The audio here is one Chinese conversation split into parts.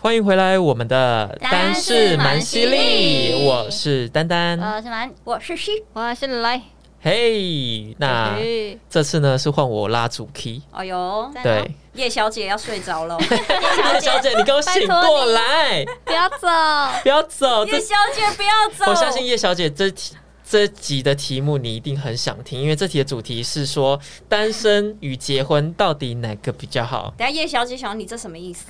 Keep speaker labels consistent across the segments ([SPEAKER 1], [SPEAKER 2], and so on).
[SPEAKER 1] 欢迎回来，我们的
[SPEAKER 2] 单
[SPEAKER 1] 是
[SPEAKER 2] 是
[SPEAKER 1] 蛮
[SPEAKER 2] 蛮
[SPEAKER 1] 犀
[SPEAKER 2] 犀
[SPEAKER 1] 利，
[SPEAKER 2] 利呃
[SPEAKER 1] 我是丹丹，
[SPEAKER 2] 我是蛮，我是西，
[SPEAKER 3] 呃我是哎来，
[SPEAKER 1] 嘿，那
[SPEAKER 3] 嘿
[SPEAKER 1] 这次呢是换我拉主 key，
[SPEAKER 2] 哎呦，
[SPEAKER 1] 对，
[SPEAKER 2] 叶小姐要睡着 了，
[SPEAKER 1] 叶小姐，你给我醒
[SPEAKER 3] 托
[SPEAKER 1] 过来，
[SPEAKER 3] 不要走，
[SPEAKER 1] 不要走，这
[SPEAKER 2] 叶小姐不要走，
[SPEAKER 1] 我相信叶小姐这题这集的题目你一定很想听，因为这题的主题是说单身与结婚到底哪个比较好？
[SPEAKER 2] 等下叶小姐想你这什么意 思？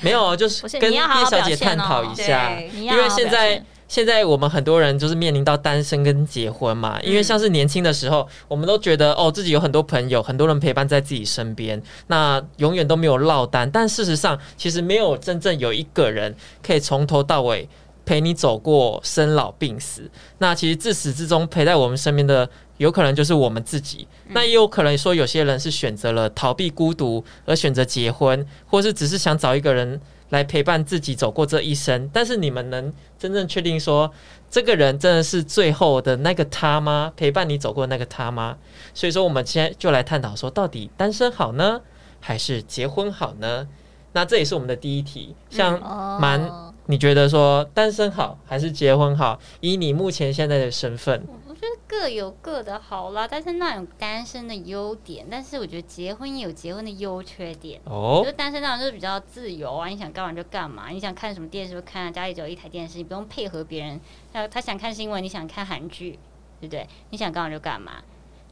[SPEAKER 1] 没有，就是
[SPEAKER 3] 不是
[SPEAKER 1] 跟
[SPEAKER 3] 你
[SPEAKER 1] 叶
[SPEAKER 3] 要好好
[SPEAKER 1] 小姐
[SPEAKER 3] 表现
[SPEAKER 1] 探讨
[SPEAKER 3] 哦
[SPEAKER 1] 一下，
[SPEAKER 2] 对
[SPEAKER 3] 你
[SPEAKER 1] 因
[SPEAKER 3] 要好
[SPEAKER 1] 为
[SPEAKER 3] 好
[SPEAKER 1] 现
[SPEAKER 3] 表
[SPEAKER 1] 在
[SPEAKER 3] 现。
[SPEAKER 1] 现在我们很多人就是面临到单身跟结婚嘛，
[SPEAKER 3] 嗯
[SPEAKER 1] 因为像是年轻的时候，我们都觉得哦自己有很多朋友，很多人陪伴在自己身边，那永远都没有落单。但事实上，其实没有真正有一个人可以从头到尾陪你走过生老病死。那其实自始至终陪在我们身边的，有可能就是我们自己。
[SPEAKER 3] 嗯
[SPEAKER 1] 那也有可能说，有些人是选择了逃避孤独而选择结婚，或是只是想找一个人来陪伴自己走过这一生。但是你们能真正确定说，这个人真的是最后的那个他吗？陪伴你走过的那个他吗？所以说，我们现在就来探讨说，到底单身好呢，还是结婚好呢？那这也是我们的第一题。像
[SPEAKER 3] 哦
[SPEAKER 1] 蛮你觉得说单身好还是结婚好？以你目前现在的身份，
[SPEAKER 3] 我觉得各有各的好啦，但是那种单身的优点，但是我觉得结婚也有结婚的优缺点。
[SPEAKER 1] 哦
[SPEAKER 3] 就，单身当然就是比较自由啊，你想干嘛就干嘛，你想看什么电视就看啊，家里只有一台电视，你不用配合别人。他他想看新闻，你想看韩剧，对不对？你想干嘛就干嘛。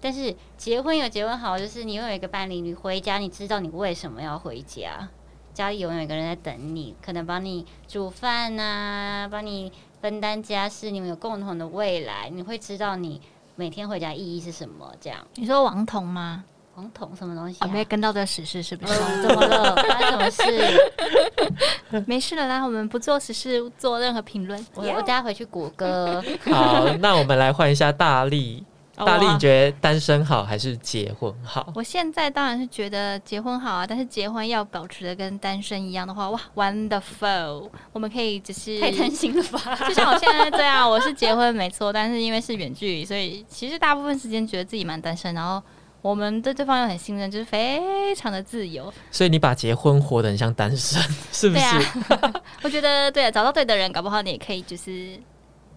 [SPEAKER 3] 但是结婚有结婚好，就是你拥有一个伴侣，你回家你知道你为什么要回家，家里永远有一个人在等你，可能帮你煮饭呐、帮你分担家事，你们有共同的未来，你会知道你每天回家意义是什么。这样，
[SPEAKER 4] 你说王彤吗？哦
[SPEAKER 3] 黄桶什么东西、
[SPEAKER 4] 我
[SPEAKER 3] 啊？
[SPEAKER 4] 没跟到这时事是不是？
[SPEAKER 3] 嗯怎么了？发生什么事？
[SPEAKER 4] 没事了啦，我们不做时事，做任何评论。
[SPEAKER 3] 我我待回去谷歌，
[SPEAKER 1] 好，那我们来换一下大力。
[SPEAKER 4] 哦
[SPEAKER 1] 大力，
[SPEAKER 4] 我啊
[SPEAKER 1] 你觉得单身好还是结婚好？
[SPEAKER 4] 我现在当然是觉得结婚好啊，但是结婚要保持的跟单身一样的话，哇，wonderful！我们可以只是
[SPEAKER 3] 太贪心了吧？
[SPEAKER 4] 就像我现在这样，我是结婚没错，但是因为是远距离，所以其实大部分时间觉得自己蛮单身，然后我们对对方又很信任，就是非常的自由。
[SPEAKER 1] 所以你把结婚活得很像单身， 是不
[SPEAKER 4] 对
[SPEAKER 1] 是？
[SPEAKER 4] 啊，我觉得对、啊，找到对的人，搞不好你也可以就是。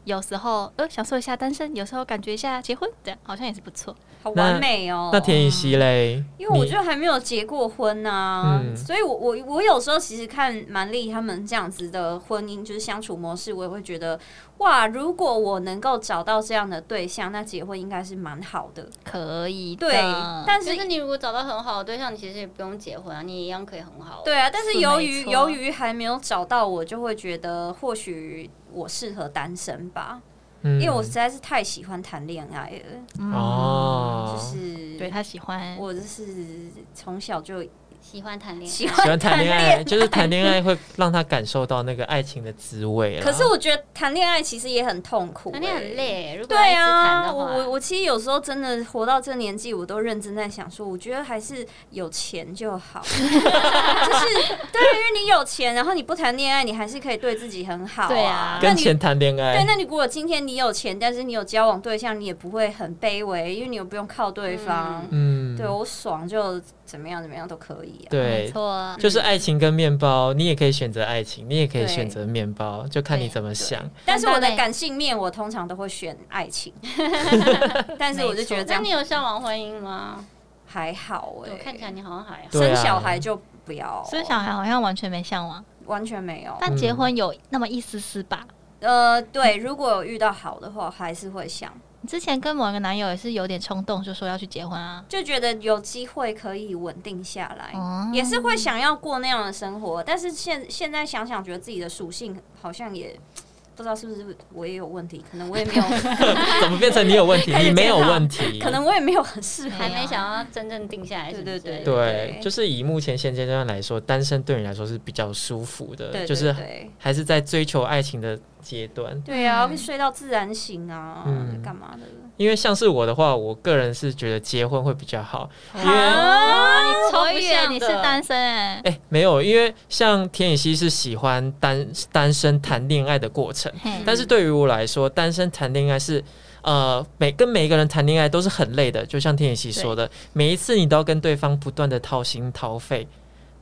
[SPEAKER 4] 有时候呃享受一下单身，有时候感觉一下结婚，这样好像也是不错。
[SPEAKER 2] 好完美哦。
[SPEAKER 1] 那田雨希嘞？
[SPEAKER 2] 因为我
[SPEAKER 1] 你
[SPEAKER 2] 就还没有结过婚呐、
[SPEAKER 1] 嗯
[SPEAKER 2] 所以我我我有时候其实看蛮丽他们这样子的婚姻，就是相处模式，我也会觉得哇，如果我能够找到这样的对象，那结婚应该是蛮好的。
[SPEAKER 4] 可以的，
[SPEAKER 2] 对，但
[SPEAKER 3] 但
[SPEAKER 2] 是
[SPEAKER 3] 是你如果找到很好的对象，你其实也不用结婚啊，你一样可以很好。
[SPEAKER 2] 对，啊，但是
[SPEAKER 4] 是
[SPEAKER 2] 由
[SPEAKER 4] 没
[SPEAKER 2] 于
[SPEAKER 4] 错
[SPEAKER 2] 由于还没有找到，我就会觉得或许我适合单身吧，
[SPEAKER 1] 因
[SPEAKER 2] 因为我实在是太喜欢谈恋爱了，
[SPEAKER 1] 哦，
[SPEAKER 2] 嗯
[SPEAKER 3] 嗯
[SPEAKER 2] 就是
[SPEAKER 4] 对他喜欢
[SPEAKER 2] 我就是从小就
[SPEAKER 3] 喜欢谈恋
[SPEAKER 2] 喜
[SPEAKER 3] 爱，
[SPEAKER 1] 喜
[SPEAKER 2] 欢
[SPEAKER 1] 欢谈恋
[SPEAKER 2] 爱
[SPEAKER 1] 爱，。就是谈恋爱会让他感受到那个爱情的滋味啦。
[SPEAKER 2] 可是我觉得谈恋爱其实也很痛苦、
[SPEAKER 3] 谈恋爱很
[SPEAKER 2] 欸。
[SPEAKER 3] 累，如果要一
[SPEAKER 2] 对
[SPEAKER 3] 直谈
[SPEAKER 2] 啊，
[SPEAKER 3] 的
[SPEAKER 2] 我
[SPEAKER 3] 话，嗯
[SPEAKER 2] 我我其实有时候真的活到这年纪，我都认真在想说，我觉得还是有钱就 好，就是对，因为你有钱，然后你不谈恋爱，你还是可以对自己很好、
[SPEAKER 4] 对啊
[SPEAKER 2] 那
[SPEAKER 1] 跟
[SPEAKER 2] 你
[SPEAKER 1] 钱谈恋
[SPEAKER 2] 对，
[SPEAKER 3] 哎
[SPEAKER 1] 爱，
[SPEAKER 2] 那你如果今天你有钱，但是你有交往对象，你也不会很卑微，因为你又不用靠对方。
[SPEAKER 1] 嗯，
[SPEAKER 2] 对我爽就怎么样怎么样都可以、啊。
[SPEAKER 1] 对
[SPEAKER 4] 没，错，
[SPEAKER 1] 就是爱情跟面包，你也可以选择爱情，你也可以
[SPEAKER 2] 对
[SPEAKER 1] 选择面包，就看你
[SPEAKER 3] 对
[SPEAKER 1] 怎么想。
[SPEAKER 3] 嗯
[SPEAKER 2] 但是我
[SPEAKER 4] 那
[SPEAKER 3] 哎
[SPEAKER 2] 的
[SPEAKER 4] 嘞
[SPEAKER 2] 感性面，我通常都会选爱 情，但是我就觉得这
[SPEAKER 3] 那
[SPEAKER 2] 样
[SPEAKER 3] 你有向往婚姻吗？
[SPEAKER 2] 还好哎、
[SPEAKER 3] 我看起来你好像还好。
[SPEAKER 1] 对啊
[SPEAKER 2] 生小孩就不要，
[SPEAKER 4] 生小孩好像完全没向往，
[SPEAKER 2] 完全没有。
[SPEAKER 4] 但结婚有那么一丝丝吧。
[SPEAKER 2] 呃，对，如果有遇到好的话，还是会想，
[SPEAKER 4] 你之前跟某一个男友也是有点冲动，就说要去结婚啊。
[SPEAKER 2] 就觉得有机会可以稳定下来，
[SPEAKER 4] 哦
[SPEAKER 2] 也是会想要过那样的生活。但是现现在想想，觉得自己的属性好像也。不知道是不是我也有问题，可能我也 没有，
[SPEAKER 1] 怎么变成你有 问题？
[SPEAKER 2] 开始
[SPEAKER 1] 你没有
[SPEAKER 2] 检讨
[SPEAKER 1] 问题，
[SPEAKER 2] 可能我也没有很适
[SPEAKER 1] 嗯
[SPEAKER 2] 合
[SPEAKER 3] 还。没想要真正定下来是不是，
[SPEAKER 2] 对对
[SPEAKER 1] 对啊
[SPEAKER 2] 对，
[SPEAKER 1] 就是以目前现阶段来说，单身对你来说是比较舒服的，
[SPEAKER 2] 对，
[SPEAKER 1] 就
[SPEAKER 2] 对
[SPEAKER 1] 是
[SPEAKER 2] 对
[SPEAKER 1] 还是在追求爱情的阶段。
[SPEAKER 2] 对啊，
[SPEAKER 4] 嗯
[SPEAKER 2] 可以睡到自然醒啊，
[SPEAKER 1] 嗯
[SPEAKER 2] 干嘛的？
[SPEAKER 1] 因为像是我的话，我个人是觉得结婚会比较好。因为
[SPEAKER 4] 啊，你
[SPEAKER 3] 超
[SPEAKER 4] 超
[SPEAKER 3] 不像
[SPEAKER 4] 远，
[SPEAKER 3] 的
[SPEAKER 4] 你是单身哎、
[SPEAKER 1] 哎、没有，因为像田雨希是喜欢单单身谈恋爱的过程，
[SPEAKER 4] 嘿
[SPEAKER 1] 但是对于我来说，单身谈恋爱是。呃，每跟每一个人谈恋爱都是很累的，就像田雨希说的，每一次你都要跟对方不断的掏心掏肺，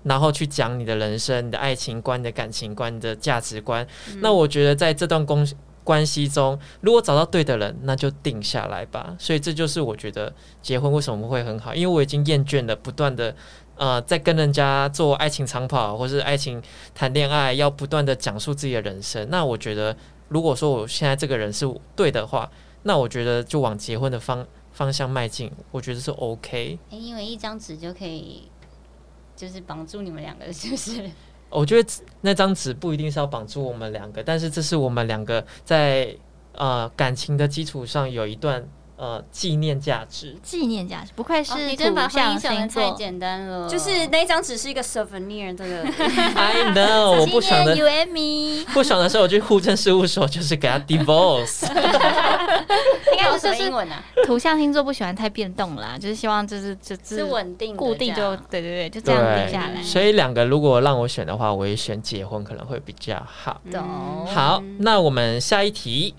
[SPEAKER 1] 然后去讲你的人生、你的爱情观、你的感情观、你的价值观。
[SPEAKER 3] 嗯
[SPEAKER 1] 那我觉得在这段公关系中，如果找到对的人，那就定下来吧。所以这就是我觉得结婚为什么会很好，因为我已经厌倦了不断的呃，在跟人家做爱情长跑或是爱情谈恋爱，要不断的讲述自己的人生。那我觉得，如果说我现在这个人是对的话，那我觉得就往结婚的方方向迈进，我觉得是 OK。
[SPEAKER 3] 哎因为一张纸就可以，就是绑住你们两个，是不是？
[SPEAKER 1] 我觉得那张纸不一定是要绑住我们两个，但是这是我们两个在呃感情的基础上有一段呃纪念价 值。
[SPEAKER 4] 纪念价值，不愧是
[SPEAKER 3] 哦你真的把
[SPEAKER 4] 土
[SPEAKER 3] 婚姻
[SPEAKER 4] 象
[SPEAKER 3] 想的
[SPEAKER 4] 星
[SPEAKER 3] 太
[SPEAKER 4] 座。
[SPEAKER 3] 简单了，
[SPEAKER 2] 就是那一张只是一个 souvenir 这个
[SPEAKER 1] I know，我哎不爽的
[SPEAKER 4] 纪念 UME，
[SPEAKER 1] 不爽的时候，我去户政事务所就是给他 divorce。
[SPEAKER 3] 应该
[SPEAKER 4] 就是
[SPEAKER 3] 是英文啊，
[SPEAKER 4] 土象星座不喜欢太变动啦，就是希望就是就是
[SPEAKER 3] 是稳定的
[SPEAKER 4] 固定
[SPEAKER 3] 这
[SPEAKER 4] 就
[SPEAKER 3] 样
[SPEAKER 4] 对对对， 就这样定下来
[SPEAKER 1] 对，。所以两个如果让我选的话，我也选结婚可能会比较好。
[SPEAKER 3] 懂
[SPEAKER 1] 好，那我们下一题。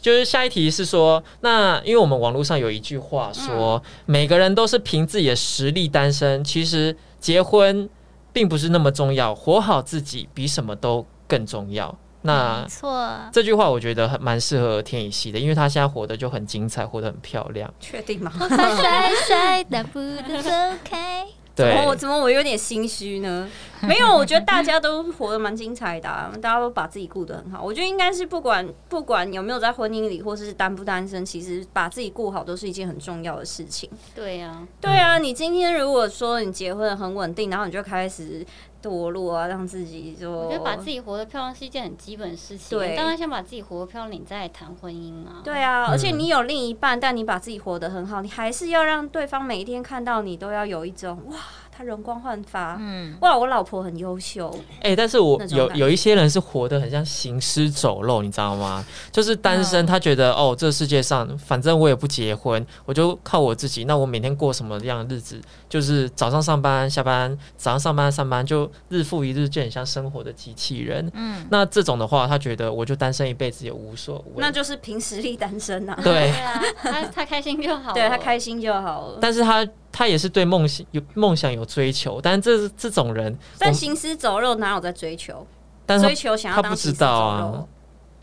[SPEAKER 1] 就是下一题是说，那因为我们网络上有一句话说，
[SPEAKER 4] 嗯
[SPEAKER 1] 每个人都是凭自己的实力单身，其实结婚并不是那么重要，活好自己比什么都更重要。那
[SPEAKER 4] 没错，
[SPEAKER 1] 这句话我觉得很蛮适合天乙系的，因为她现在活得就很精彩，活得很漂亮。
[SPEAKER 2] 确定吗？
[SPEAKER 4] 帅帅帅的不得分开。
[SPEAKER 2] 怎
[SPEAKER 1] 对
[SPEAKER 2] 么，
[SPEAKER 4] 哦
[SPEAKER 2] 我怎么我有点心虚 呢？没有，我觉得大家都活得蛮精彩的、啊，大家都把自己顾得很好。我觉得应该是不管不管有没有在婚姻里，或是单不单身，其实把自己顾好都是一件很重要的事情。
[SPEAKER 3] 对啊，
[SPEAKER 2] 对啊，
[SPEAKER 1] 嗯
[SPEAKER 2] 你今天如果说你结婚很稳定，然后你就开始堕落啊，让自己就
[SPEAKER 3] 我觉得把自己活得漂亮是一件很基本的事情。
[SPEAKER 2] 对
[SPEAKER 3] 当然先把自己活得漂亮，你再来谈婚姻啊。
[SPEAKER 2] 对啊，而且
[SPEAKER 1] 嗯
[SPEAKER 2] 你有另一半，但你把自己活得很好，你还是要让对方每一天看到你，都要有一种哇，他容光焕发，
[SPEAKER 4] 嗯，
[SPEAKER 2] 哇，我老婆很优秀，
[SPEAKER 1] 哎、但是我
[SPEAKER 2] 那种
[SPEAKER 1] 有
[SPEAKER 2] 感
[SPEAKER 1] 有一些人是活得很像行尸走肉，你知道吗？就是单身，
[SPEAKER 4] 嗯
[SPEAKER 1] 他觉得哦，这世界上反正我也不结婚，我就靠我自己。那我每天过什么样的日子？就是早上上班、下班，早上上班、上班，就日复一日，就很像生活的机器人。
[SPEAKER 4] 嗯，
[SPEAKER 1] 那这种的话，他觉得我就单身一辈子也无所谓。
[SPEAKER 2] 那就是凭实力单身啊，
[SPEAKER 1] 对，
[SPEAKER 3] 啊， 他他开心就好。
[SPEAKER 2] 对
[SPEAKER 1] 哦
[SPEAKER 2] 他，开心就好了。
[SPEAKER 1] 但是他他也是对梦想有梦想有追求，但这这种人，
[SPEAKER 2] 但
[SPEAKER 1] 我
[SPEAKER 2] 行尸走肉哪有在追求？
[SPEAKER 1] 但是
[SPEAKER 2] 追
[SPEAKER 1] 他
[SPEAKER 2] 求想要
[SPEAKER 1] 他
[SPEAKER 2] 当
[SPEAKER 1] 不知
[SPEAKER 2] 行尸
[SPEAKER 1] 道
[SPEAKER 2] 走
[SPEAKER 1] 啊
[SPEAKER 2] 肉，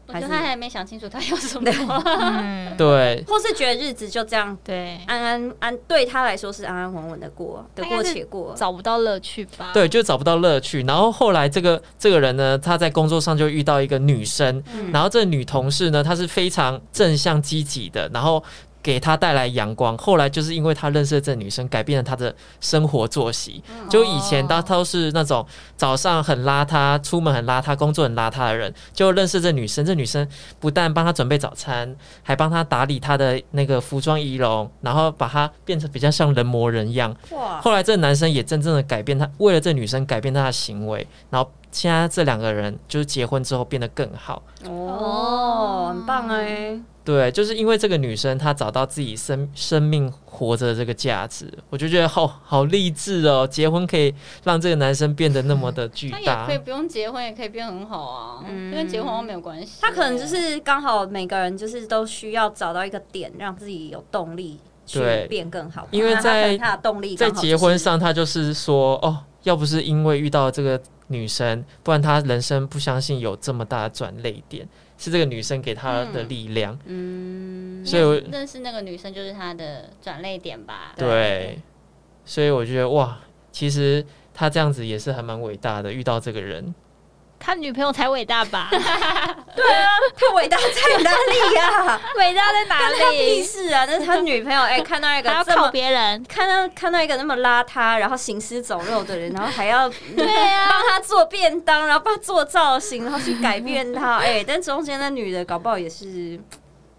[SPEAKER 3] 我觉
[SPEAKER 2] 还
[SPEAKER 3] 得他
[SPEAKER 2] 是
[SPEAKER 3] 还没想清楚他要什么。
[SPEAKER 4] 嗯，
[SPEAKER 1] 对
[SPEAKER 2] 或是觉得日子就这样
[SPEAKER 4] 对，
[SPEAKER 2] 安安安，对他来说是安安稳稳的过，得
[SPEAKER 4] 他应
[SPEAKER 2] 过
[SPEAKER 4] 该是
[SPEAKER 2] 且过。
[SPEAKER 4] 找不到乐趣吧？
[SPEAKER 1] 对，就找不到乐趣。然后后来这个这个人呢，他在工作上就遇到一个女生，
[SPEAKER 2] 嗯
[SPEAKER 1] 然后这女同事呢，她是非常正向积极的，然后给他带来阳光。后来就是因为他认识了这女生，改变了他的生活作息。就以前他都是那种早上很邋遢、出门很邋遢、工作很邋遢的人，就认识这女生。这女生不但帮他准备早餐，还帮他打理他的那个服装仪容，然后把他变成比较像人模人样。
[SPEAKER 2] 哇，
[SPEAKER 1] 后来这男生也真正的改变他，为了这女生改变他的行为，然后现在这两个人就是结婚之后变得更好。
[SPEAKER 2] 哦，很棒哎、
[SPEAKER 1] 欸对，就是因为这个女生她找到自己生生命活着的这个价值，我就觉得好好励志哦！结婚可以让这个男生变得那么的巨
[SPEAKER 3] 他也
[SPEAKER 1] 大
[SPEAKER 3] 可以，不用结婚，也可以变很好啊，
[SPEAKER 2] 嗯
[SPEAKER 3] 因为结婚好像没有关系。
[SPEAKER 2] 他可能就是刚好每个人就是都需要找到一个点，让自己有动力去
[SPEAKER 1] 对
[SPEAKER 2] 变更好。
[SPEAKER 1] 因为
[SPEAKER 2] 那他
[SPEAKER 1] 在
[SPEAKER 2] 可能他的动力
[SPEAKER 1] 在
[SPEAKER 2] 刚好就
[SPEAKER 1] 结婚
[SPEAKER 2] 是
[SPEAKER 1] 上，她就是说哦，要不是因为遇到这个女生，不然她人生不相信有这么大的转泪点，是这个女生给她的
[SPEAKER 3] 嗯
[SPEAKER 1] 力量。
[SPEAKER 2] 嗯，
[SPEAKER 1] 所以我
[SPEAKER 3] 认识那个女生就是他的转泪点吧。
[SPEAKER 1] 对，所以我觉得哇，其实他这样子也是还蛮伟大的，遇到这个人。
[SPEAKER 4] 他女朋友才伟大吧？
[SPEAKER 2] 他伟大在哪里呀、
[SPEAKER 4] 伟大在 哪
[SPEAKER 2] 他屁
[SPEAKER 4] 里？
[SPEAKER 2] 事啊！那是他女朋友哎、看到一
[SPEAKER 4] 还
[SPEAKER 2] 个
[SPEAKER 4] 要
[SPEAKER 2] 这
[SPEAKER 4] 靠
[SPEAKER 2] 么
[SPEAKER 4] 别人？
[SPEAKER 2] 看到看到一个那么邋遢，然后行尸走肉的人，然后还要
[SPEAKER 4] 对啊，
[SPEAKER 2] 帮他做便当， 然后帮他做造型，然后去改变他。哎、但中间那女的搞不好也是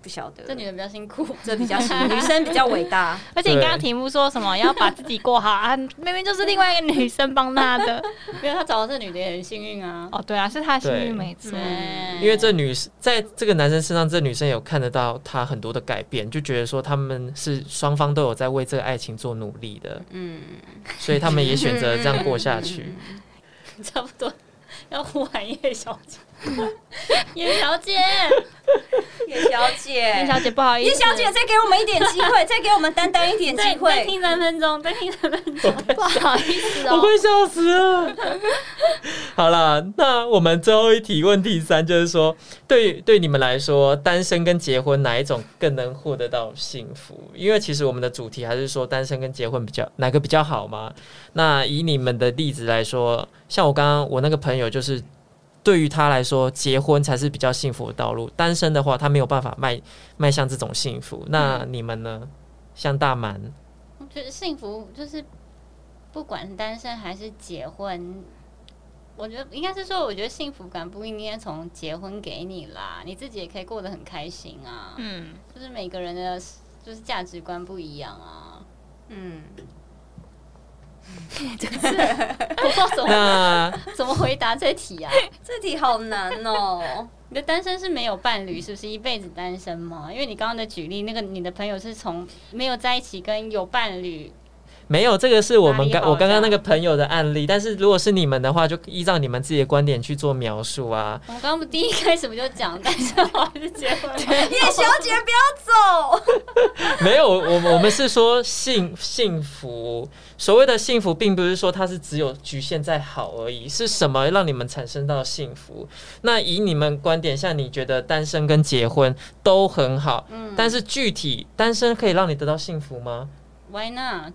[SPEAKER 2] 不晓得，
[SPEAKER 3] 这女的比较辛苦，
[SPEAKER 2] 这 比较辛苦，女生比较伟大。
[SPEAKER 4] 而且你刚刚题目说什么要把自己过好啊，明明就是另外一个女生帮 她的。
[SPEAKER 3] 没有她找的这女的也很幸运啊。
[SPEAKER 4] 哦，对啊，是她的幸
[SPEAKER 1] 对
[SPEAKER 4] 运没错。
[SPEAKER 3] 对
[SPEAKER 1] 因为这女生在这个男生身上，这女生有看得到他很多的改变，就觉得说他们是双方都有在为这个爱情做努力的，
[SPEAKER 2] 嗯，
[SPEAKER 1] 所以他们也选择这样过下去。
[SPEAKER 3] 差不多要呼喊叶小姐，叶小 姐，
[SPEAKER 2] 叶小姐，
[SPEAKER 4] 叶小姐，不好意思，
[SPEAKER 2] 叶小姐，再给我们一点机 会，再给我们丹丹一点机
[SPEAKER 3] 再再
[SPEAKER 2] 会。
[SPEAKER 3] 听三分钟，再听三分钟，
[SPEAKER 4] 哦不好意思
[SPEAKER 1] 我
[SPEAKER 4] 哦。
[SPEAKER 1] 快笑死了。 好了，那我们最后一题问题三就是说，对对你们来说，单身跟结婚哪一种更能获得到幸福？因为其实我们的主题还是说单身跟结婚比较哪个比较好嘛。那以你们的例子来说，像我刚刚我那个朋友就是。对于他来说，结婚才是比较幸福的道路。单身的话，他没有办法迈迈向这种幸福。那你们呢？像大满，
[SPEAKER 3] 我觉得幸福就是不管是单身还是结婚，我觉得应该是说，我觉得幸福感不应该从结婚给你啦，你自己也可以过得很开心啊。
[SPEAKER 4] 嗯，
[SPEAKER 3] 就是每个人的就是价值观不一样啊。
[SPEAKER 2] 嗯，
[SPEAKER 3] 我不知道怎么
[SPEAKER 1] 那
[SPEAKER 3] 怎么回答这题啊？
[SPEAKER 2] 这题好难 哦。
[SPEAKER 3] 你的单身是没有伴侣，是不是一辈子单身吗？因为你刚刚的举例，那个你的朋友是从没有在一起跟有伴侣，
[SPEAKER 1] 没有，这个是我们
[SPEAKER 3] 哪里
[SPEAKER 1] 刚
[SPEAKER 3] 好
[SPEAKER 1] 我刚刚那个朋友的案例，但是如果是你们的话，就依照你们自己的观点去做描述啊。
[SPEAKER 3] 我们刚刚第一开始不就讲单身还是结婚？
[SPEAKER 2] 叶小姐，不要走。
[SPEAKER 1] 没有，我我们是说幸幸福，所谓的幸福，并不是说它是只有局限在好而已，是什么让你们产生到幸福？那以你们观点，像你觉得单身跟结婚都很好，
[SPEAKER 3] 嗯
[SPEAKER 1] 但是具体单身可以让你得到幸福吗？
[SPEAKER 3] ，Why not？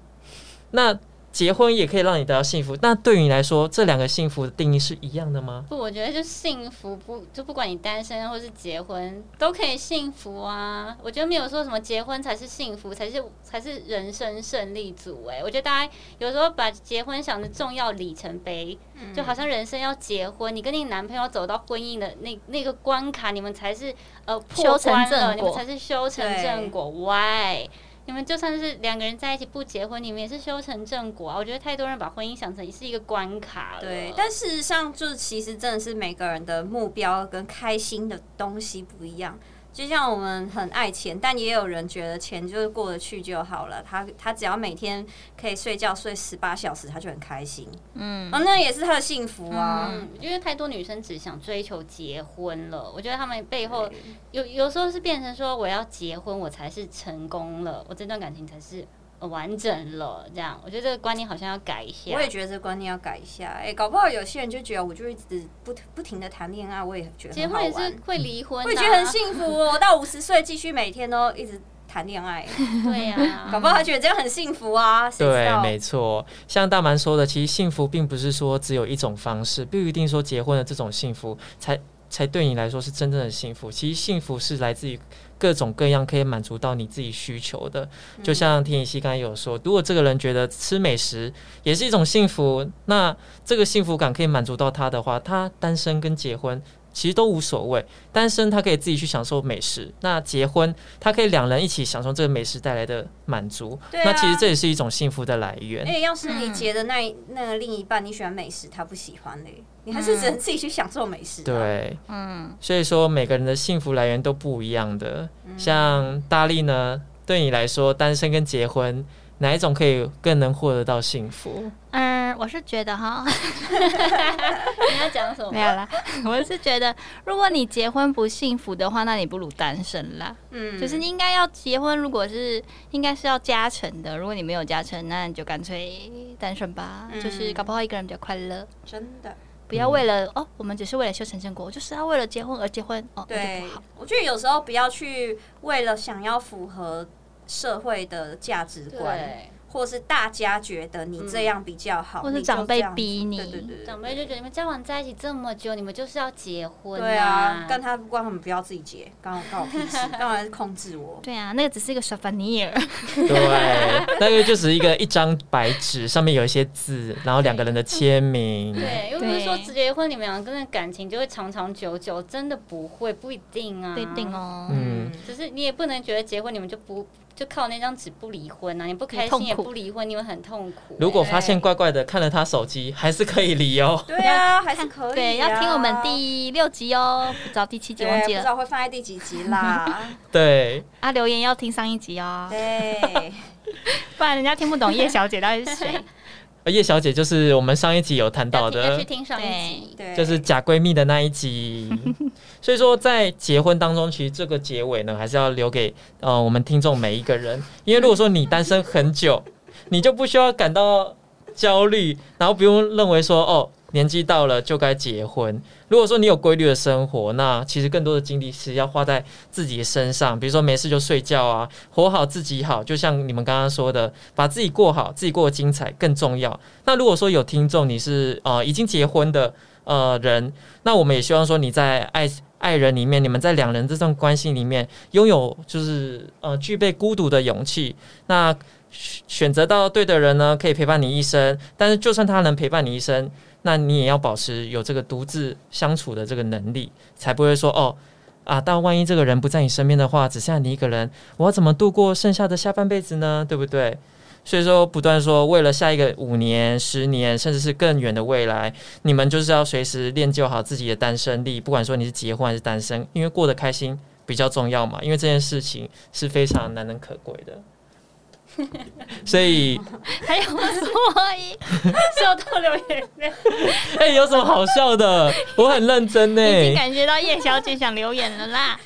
[SPEAKER 1] 那结婚也可以让你得到幸福，那对于你来说，这两个幸福的定义是一样的吗？
[SPEAKER 3] 不，我觉得就幸福不就不管你单身或是结婚，都可以幸福啊。我觉得没有说什么结婚才是幸福，才是才是人生胜利组、欸。哎，我觉得大家有时候把结婚想的重要里程碑，
[SPEAKER 4] 嗯
[SPEAKER 3] 就好像人生要结婚，你跟你男朋友走到婚姻的那那个关卡，你们才是呃破
[SPEAKER 4] 修成
[SPEAKER 3] 关
[SPEAKER 4] 正
[SPEAKER 3] 了，你们
[SPEAKER 4] 果
[SPEAKER 3] 才是修成
[SPEAKER 2] 对
[SPEAKER 3] 正果。Why？你们就算是两个人在一起不结婚，你们也是修成正果啊！我觉得太多人把婚姻想成是一个关卡了。
[SPEAKER 2] 对，但事实上，就其实真的是每个人的目标跟开心的东西不一样。就像我们很爱钱，但也有人觉得钱就是过得去就好了。他他只要每天可以睡觉睡十八小时，他就很开心。嗯、哦，那也是他的幸福啊。
[SPEAKER 3] 嗯，因为太多女生只想追求结婚了，我觉得她们背后有有时候是变成说我要结婚，我才是成功了，我这段感情才是呃完整了，这样，我觉得这个观念好像要改一下。
[SPEAKER 2] 我也觉得这观念要改一下。哎、搞不好有些人就觉得我就一直不不停的谈恋爱，我也觉得
[SPEAKER 3] 结
[SPEAKER 2] 很好
[SPEAKER 3] 婚
[SPEAKER 2] 玩
[SPEAKER 3] 也是会离婚、啊，
[SPEAKER 2] 我也觉得很幸福哦。我到五十岁继续每天都一直谈恋 爱，
[SPEAKER 3] 对啊 呀、
[SPEAKER 2] 搞不好他觉得这样很幸福啊。谁知
[SPEAKER 1] 对，
[SPEAKER 2] 道？
[SPEAKER 1] 没错，像大蛮说的，其实幸福并不是说只有一种方式，不一定说结婚的这种幸福才才对你来说是真正的幸福。其实幸福是来自于各种各样可以满足到你自己需求的。
[SPEAKER 2] 嗯
[SPEAKER 1] 就像田雨希刚才有说，如果这个人觉得吃美食也是一种幸福，那这个幸福感可以满足到他的话，他单身跟结婚。其实都无所谓，单身他可以自己去享受美食，那结婚他可以两人一起享受这个美食带来的满足，
[SPEAKER 2] 对啊
[SPEAKER 1] 那其实这也是一种幸福的来源。
[SPEAKER 2] 哎、要是你
[SPEAKER 4] 嗯
[SPEAKER 2] 结的那一那个另一半，你喜欢美食，他不喜欢嘞，你还是只能自己去享受美食、啊。，
[SPEAKER 1] 对，
[SPEAKER 4] 嗯，
[SPEAKER 1] 所以说每个人的幸福来源都不一样的。
[SPEAKER 3] 嗯
[SPEAKER 1] 像大力呢，对你来说，单身跟结婚哪一种可以更能获得到幸 福？
[SPEAKER 4] 嗯，我是觉得哈，
[SPEAKER 3] 你要讲什么？
[SPEAKER 4] 没有啦， 我是觉得，如果你结婚不幸福的话，那你不如单身啦。
[SPEAKER 2] 嗯，
[SPEAKER 4] 就是你应该要结婚，如果是应该是要加成的，如果你没有加成，那你就干脆单身吧，
[SPEAKER 2] 嗯
[SPEAKER 4] 就是搞不好一个人比较快乐。
[SPEAKER 2] 真的。
[SPEAKER 4] 不要为了、哦，我们只是为了修成正果，我就是要为了结婚而结婚哦，那
[SPEAKER 2] 对
[SPEAKER 4] 就不好。，
[SPEAKER 2] 我觉得有时候不要去为了想要符合社会的价值观，
[SPEAKER 3] 对，
[SPEAKER 2] 或是大家觉得你这样比较好，
[SPEAKER 4] 嗯或是
[SPEAKER 2] 你就
[SPEAKER 4] 长辈
[SPEAKER 2] 这样子
[SPEAKER 4] 逼你
[SPEAKER 2] 对对对对
[SPEAKER 3] 长辈就觉得你们交往在一起这么久，你们就是要结婚
[SPEAKER 2] 对啊，干他不关他们不要自己结，干我干我屁事，干嘛控制 我？
[SPEAKER 4] 对啊，那个只是一个 souvenir，
[SPEAKER 2] 嗯
[SPEAKER 1] 对，那个就只是一个一张白纸，上面有一些字，然后两个人的签名。
[SPEAKER 3] 对，又不是
[SPEAKER 4] 对
[SPEAKER 3] 说直结婚，你们两个人的感情就会长长久久，真的不会，不一定啊，
[SPEAKER 4] 不一定。哦。
[SPEAKER 1] 嗯，
[SPEAKER 3] 只是你也不能觉得结婚你们就不就靠那张纸不离婚啊，你不开
[SPEAKER 4] 很痛
[SPEAKER 3] 心
[SPEAKER 4] 苦
[SPEAKER 3] 也不离婚，你会很痛苦。
[SPEAKER 1] 如果发现怪怪的，看了他手机，还是可以离哦。
[SPEAKER 2] 对啊，还是可以、啊。
[SPEAKER 4] 对，要听我们第六集哦，不知道第七集
[SPEAKER 2] 对
[SPEAKER 4] 忘记
[SPEAKER 2] 不知
[SPEAKER 4] 了
[SPEAKER 2] 道会放在第几集 啦。
[SPEAKER 1] 对，
[SPEAKER 4] 啊，留言要听上一集哦，
[SPEAKER 2] 对，
[SPEAKER 4] 不然人家听不懂叶小姐到底 是谁。
[SPEAKER 1] 呃叶小姐就是我们上一集有谈到
[SPEAKER 3] 要听要
[SPEAKER 1] 的
[SPEAKER 3] 去，听上一集，
[SPEAKER 2] 对，
[SPEAKER 1] 就是假闺蜜的那一集。所以说，在结婚当中，其实这个结尾呢，还是要留给呃我们听众每一个人，因为如果说你单身很久，你就不需要感到焦虑，然后不用认为说哦。年纪到了就该结婚。如果说你有规律的生活，那其实更多的精力是要花在自己身上，比如说没事就睡觉啊，活好自己好。就像你们刚刚说的，把自己过好，自己过得精彩更重要。那如果说有听众你是呃已经结婚的呃人，那我们也希望说你在爱爱人里面，你们在两人这段关系里面拥有就是呃具备孤独的勇气。那选选择到对的人呢，可以陪伴你一生。但是就算他能陪伴你一生，那你也要保持有这个独自相处的这个能力，才不会说哦。啊，但万一这个人不在你身边的话，只剩下你一个人，我要怎么度过剩下的下半辈子呢？对不对？所以说，不断说，为了下一个五年、十年，甚至是更远的未来，你们就是要随时练就好自己的单身力，不管说你是结婚还是单身，因为过得开心比较重要嘛，因为这件事情是非常难能可贵的。所以，
[SPEAKER 4] 还有所 以，
[SPEAKER 3] 笑到流眼泪。
[SPEAKER 1] 哎、有什么好笑的？我很认真呢、
[SPEAKER 4] 已经感觉到叶小姐想留言了啦。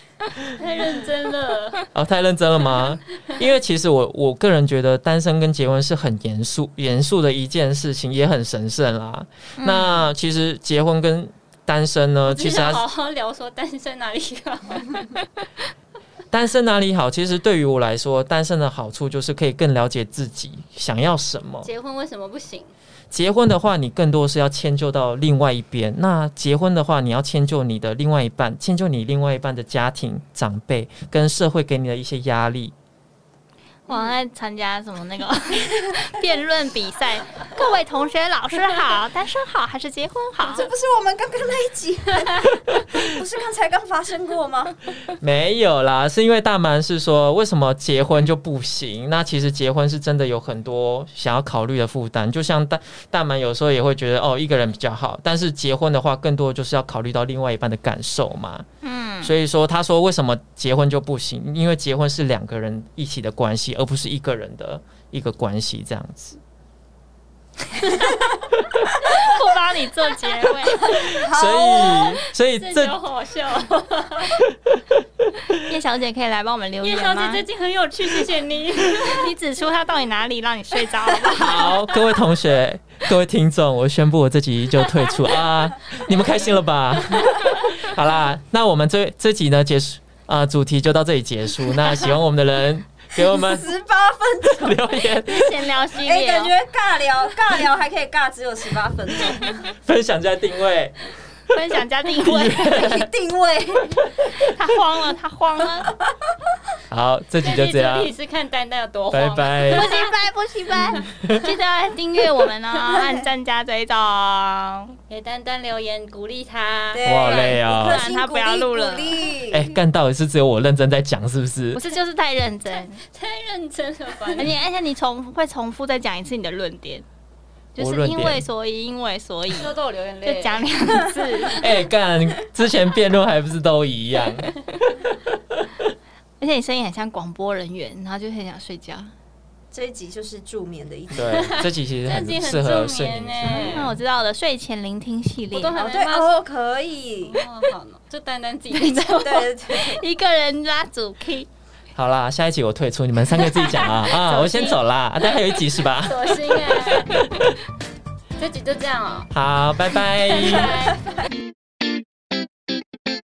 [SPEAKER 3] 太认真了，
[SPEAKER 1] 哦，太认真了吗？因为其实我我个人觉得单身跟结婚是很严肃严肃的一件事情，也很神圣啦。
[SPEAKER 4] 嗯
[SPEAKER 1] 那其实结婚跟单身呢，其
[SPEAKER 3] 就
[SPEAKER 1] 实
[SPEAKER 3] 想
[SPEAKER 1] 它
[SPEAKER 3] 好好聊说单身哪里好。
[SPEAKER 1] 单身哪里好？其实对于我来说，单身的好处就是可以更了解自己想要什么。
[SPEAKER 3] 结婚为什么不行？
[SPEAKER 1] 结婚的话，你更多是要迁就到另外一边。那结婚的话，你要迁就你的另外一半，迁就你另外一半的家庭、长辈跟社会给你的一些压力。
[SPEAKER 4] 我好像在参加什么那个 辩论比赛，各位同学、老师好，单身好还是结婚好？
[SPEAKER 2] 这不是我们刚刚那一集，不是刚才刚发生过吗？
[SPEAKER 1] 没有啦，是因为大蛮是说为什么结婚就不行？那其实结婚是真的有很多想要考虑的负担，就像大大蛮有时候也会觉得哦一个人比较好，但是结婚的话，更多就是要考虑到另外一半的感受嘛。
[SPEAKER 4] 嗯，
[SPEAKER 1] 所以说，他说为什么结婚就不行？因为结婚是两个人一起的关系，而不是一个人的一个关系这样子。
[SPEAKER 4] 不帮你做结尾，
[SPEAKER 2] 好
[SPEAKER 1] 所
[SPEAKER 2] 哦，
[SPEAKER 1] 以，所以
[SPEAKER 3] 这
[SPEAKER 1] 这
[SPEAKER 3] 就好笑。
[SPEAKER 4] 叶小姐可以来帮我们留
[SPEAKER 3] 叶
[SPEAKER 4] 言
[SPEAKER 3] 小姐
[SPEAKER 4] 吗？
[SPEAKER 3] 最近很有趣，谢谢你。
[SPEAKER 4] 你指出她到底哪里让你睡着了？
[SPEAKER 1] 好，各位同学、各位听众，我宣布我这集就退出啊！你们开心了吧？好啦，那我们这这集呢结束啊、主题就到这里结束。那喜欢我们的人，给我 们
[SPEAKER 2] 十八分钟，
[SPEAKER 1] 留言、
[SPEAKER 4] 闲聊系
[SPEAKER 2] 哎、
[SPEAKER 4] 列、
[SPEAKER 2] 感觉
[SPEAKER 4] 哦，
[SPEAKER 2] 尬聊尬聊还可以尬，只有十八分钟，
[SPEAKER 1] 分享加定位。
[SPEAKER 4] 分享加定位，
[SPEAKER 2] 你定 位。
[SPEAKER 4] 她慌了，她慌了，
[SPEAKER 1] 好，这 集就这样
[SPEAKER 3] 主，题是看丹丹有多
[SPEAKER 1] 拜
[SPEAKER 3] 慌。
[SPEAKER 1] 拜
[SPEAKER 4] 不。行拜，不行
[SPEAKER 2] 嗯
[SPEAKER 4] 拜，记得订阅我们哦，按赞加追踪，
[SPEAKER 3] 给丹丹留言鼓励他。
[SPEAKER 2] 对
[SPEAKER 1] 我好累哦
[SPEAKER 2] 五颗星
[SPEAKER 4] 他不要录了
[SPEAKER 2] 鼓励鼓
[SPEAKER 1] 哎、
[SPEAKER 2] 励
[SPEAKER 1] 干到底是只有我认真在讲，是不是
[SPEAKER 4] 不？是就是太认真。
[SPEAKER 3] 太认真了 吧？
[SPEAKER 4] 而且而且你重会重复再讲一次你的论点，就
[SPEAKER 1] 我
[SPEAKER 4] 是
[SPEAKER 1] 论
[SPEAKER 4] 因
[SPEAKER 1] 点
[SPEAKER 4] 为所以因为所以
[SPEAKER 3] 都都有流眼泪，
[SPEAKER 4] 就讲两次，
[SPEAKER 1] 哎、干，之前辩论还不是都一样？
[SPEAKER 4] 而且你声音很像广播人员，然后就很想睡觉。
[SPEAKER 2] 这一集就是助眠的一集。
[SPEAKER 1] 对，这集其实
[SPEAKER 3] 这集
[SPEAKER 1] 很
[SPEAKER 3] 很
[SPEAKER 1] 适合
[SPEAKER 3] 助
[SPEAKER 1] 睡
[SPEAKER 3] 眠
[SPEAKER 1] 眠。
[SPEAKER 3] 欸
[SPEAKER 4] 那我知道了，睡前聆听系列
[SPEAKER 3] 我，都很
[SPEAKER 2] 哦，对哦，可以。
[SPEAKER 3] 哦，好呢，就丹丹自 己在
[SPEAKER 2] 对对对，
[SPEAKER 4] 一个人拉主 key，
[SPEAKER 1] 好啦，下一集我退出，你们三个自己讲啊啊！我先走啦，大家还有一集是吧？
[SPEAKER 3] 走欸 心哎。这集就这样哦。
[SPEAKER 1] 好，拜拜。
[SPEAKER 3] 拜拜